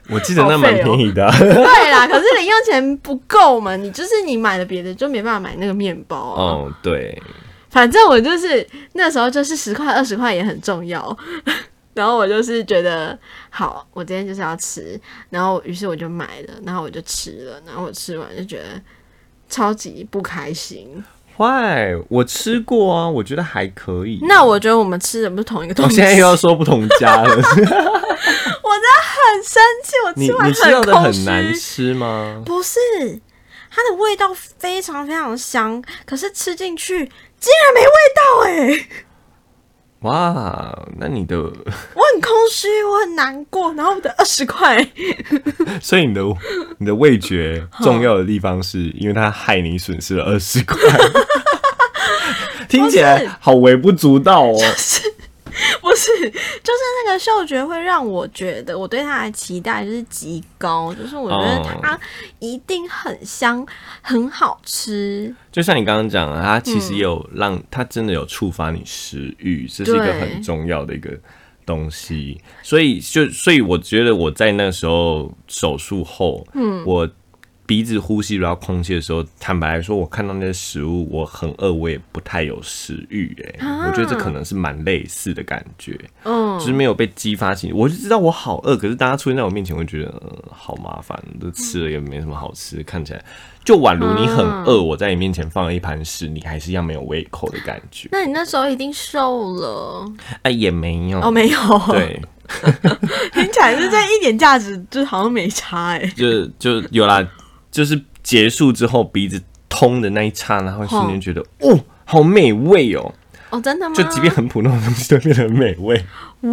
Speaker 1: 我记得那蛮便宜的啊，
Speaker 2: 对啦，可是零用钱不够嘛，你就是你买了别的就没办法买那个面包、啊。
Speaker 1: 哦，对，
Speaker 2: 反正我就是那时候就是十块二十块也很重要， 然后我就是觉得好，我今天就是要吃，然后于是我就买了，然后我就吃了，然后我吃完就觉得超级不开心。
Speaker 1: 坏，我吃过啊，我觉得还可以。
Speaker 2: 那我觉得我们吃的不是同一个
Speaker 1: 我
Speaker 2: 东西，
Speaker 1: 哦现 在又要说不同家了，
Speaker 2: 我真
Speaker 1: 你
Speaker 2: 的
Speaker 1: 你
Speaker 2: 很生气，
Speaker 1: 吃
Speaker 2: 我
Speaker 1: 到
Speaker 2: 吃
Speaker 1: 的
Speaker 2: 完空
Speaker 1: 很难
Speaker 2: 虚，
Speaker 1: 吃吗？
Speaker 2: 不是。它的味道非常非常香，可是吃进去竟然没味道哎、
Speaker 1: 哇，那你的，
Speaker 2: 我很空虚，我很难过，然后我的二十块
Speaker 1: 所以你的你的味觉
Speaker 2: 嗯
Speaker 1: 重要的地方是因为它害你损失了二十 块，听起来好微不足道哦。
Speaker 2: 不是， 就是那个嗅觉会让我觉得我对它的期待就是极高，就是我觉得
Speaker 1: 哦
Speaker 2: 它一定很香，很好吃。
Speaker 1: 就像你刚刚讲的，它其实也有让、它真的有触发你食欲，这是一个
Speaker 2: 对
Speaker 1: 很重要的一个东西。所以就所以我觉得我在那时候手术后，嗯，我鼻子呼吸不到空气的时候，坦白来说，我看到那些食物，我很饿，我也不太有食欲、欸。哎、我觉得这可能是蛮类似的感觉，
Speaker 2: 嗯
Speaker 1: 就，是没有被激发起。我就知道我好饿，可是大家出现在我面前，我就觉得、呃、好麻烦，都吃了也没什么好吃，看起来就宛如你很饿，我在你面前放了一盘屎，你还是一样没有胃口的感觉。
Speaker 2: 那你那时候一定瘦了
Speaker 1: 哎，也没有，
Speaker 2: 哦？没有，
Speaker 1: 对，
Speaker 2: 听起来是这一点价值就好像没差哎、
Speaker 1: 就就有啦，就是结束之后鼻子通的那一刹那，会瞬间觉得哦，好美味哦。
Speaker 2: 哦，真的吗？
Speaker 1: 就即便很普通的东西都变得很美味，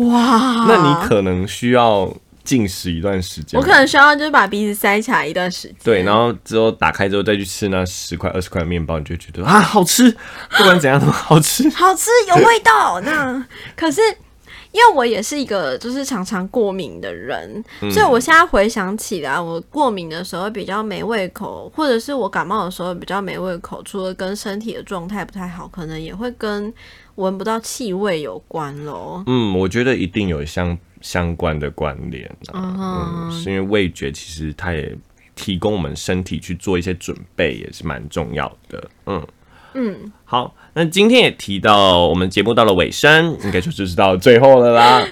Speaker 2: 哇，
Speaker 1: 那你可能需要进食一段时间
Speaker 2: 我
Speaker 1: 吧。
Speaker 2: 可能需要就是把鼻子塞起来一段时间。。
Speaker 1: 对，然后之后打开之后再去吃那十块二十块的面包，你就觉得啊好吃，不管怎样都好吃
Speaker 2: 好吃有味道。那可是因为我也是一个就是常常过敏的人，
Speaker 1: 嗯
Speaker 2: 所以我现在回想起来，我过敏的时候比较没胃口，或者是我感冒的时候比较没胃口，除了跟身体的状态不太好，可能也会跟闻不到气味有关咯。
Speaker 1: 嗯，我觉得一定有相相关的关联啊，嗯，是因为味觉其实它也提供我们身体去做一些准备，也是蛮重要的。嗯嗯，好，那今天也提到我们节目到了尾声，应该就知道最后了啦。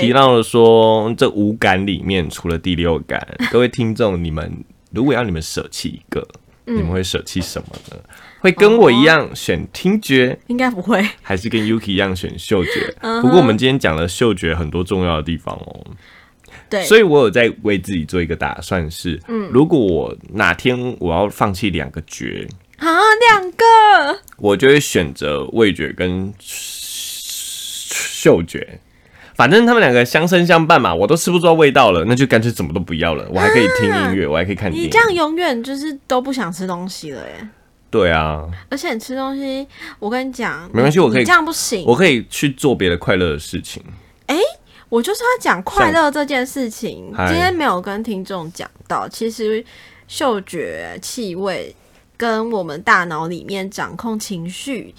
Speaker 1: 提
Speaker 2: 对，
Speaker 1: 到了说这五感里面，除了第六感，各位听众，你们如果要你们舍弃一个，你们会舍弃什么呢？会跟我一样选听觉，
Speaker 2: 应该不会。
Speaker 1: 还是跟 Yuki 一样选嗅觉？不过我们今天讲了嗅觉很多重要的地方哦，
Speaker 2: 对，
Speaker 1: 所以我有在为自己做一个打算是，如果我哪天我要放弃两个觉，
Speaker 2: 啊，两个
Speaker 1: 我就会选择味觉跟嗅觉，反正他们两个相生相伴嘛，我都吃不出到味道了，那就干脆什么都不要了，我还可以听音乐，我还可以看电
Speaker 2: 你
Speaker 1: 影
Speaker 2: 这。样永远就是都不想吃东西了耶！
Speaker 1: 对啊，
Speaker 2: 而且你吃东西，我跟你讲，
Speaker 1: 没关系
Speaker 2: 你
Speaker 1: 我可以
Speaker 2: 你这样不行，
Speaker 1: 我可以去做别的快乐的事情。
Speaker 2: 我就是要讲快乐这件事情，
Speaker 1: 嗨
Speaker 2: 今天没有跟听众讲到。其实嗅觉、气味跟我们大脑里面掌控情绪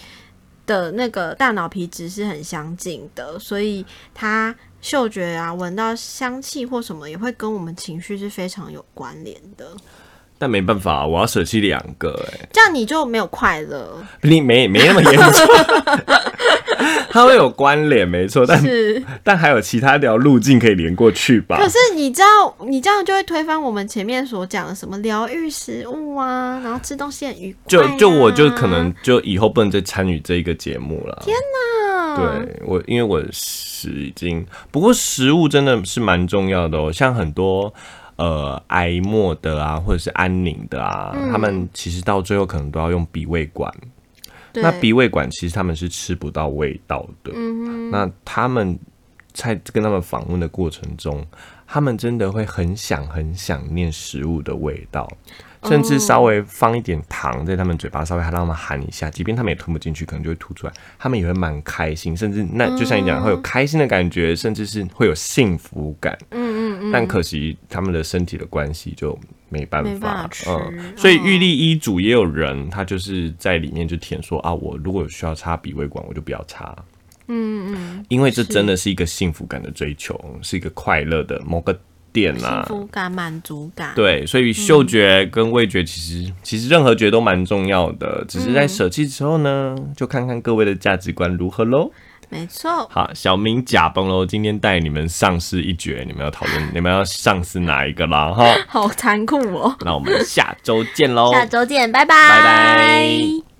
Speaker 2: 的那个大脑皮质是很相近的，所以它嗅觉啊，闻到香气或什么也会跟我们情绪是非常有关联的。
Speaker 1: 但没办法，我要舍弃两个、哎，
Speaker 2: 这样你就没有 快乐。
Speaker 1: 你没没那么严 重，它会有关联，没错，但
Speaker 2: 是，
Speaker 1: 但还有其他条路径可以连过去吧？
Speaker 2: 可是你知道，你这样就会推翻我们前面所讲的什么疗愈食物啊，然后吃东西很愉快
Speaker 1: 就
Speaker 2: 啊、
Speaker 1: 就我就可能就以后不能再参与这个节目了。天
Speaker 2: 啊，
Speaker 1: 对我，因为我是已经，不过食物真的是蛮重要的哦，像很多。呃，癌末的啊，或者是安宁的啊，他们其实到最后可能都要用鼻胃管。
Speaker 2: 对，
Speaker 1: 那鼻胃管其实他们是吃不到味道的。那他们在跟他们访问的过程中，他们真的会很想很想念食物的味道，
Speaker 2: 哦
Speaker 1: 甚至稍微放一点糖在他们嘴巴，稍微让他们含一下，即便他们也吞不进去，可能就会吐出来，他们也会蛮开心，甚至
Speaker 2: 嗯
Speaker 1: 那就像你讲，会有开心的感觉，甚至是会有幸福感。
Speaker 2: 嗯嗯
Speaker 1: 但可惜他们的身体的关系就没办
Speaker 2: 没办法
Speaker 1: 法，
Speaker 2: 吃
Speaker 1: 嗯，所以玉立医嘱也有人，他就是在里面就填说啊，我如果有需要插鼻胃管，我就不要插，
Speaker 2: 嗯嗯，
Speaker 1: 因为这真的是一个幸福感的追求，是一个快乐的某个点
Speaker 2: 幸
Speaker 1: 啊。
Speaker 2: 福感、满足感，
Speaker 1: 对，所以嗅觉跟味觉其实其实任何觉都蛮重要的，只是在舍弃之后呢，就看看各位的价值观如何喽。
Speaker 2: 没错。
Speaker 1: 好，小明假崩喽，今天带你们丧失一绝，你们要讨论，你们要丧失哪一个啦？哈。
Speaker 2: 好残酷哦！
Speaker 1: 那我们下周见喽，
Speaker 2: 下周见，拜拜
Speaker 1: 拜拜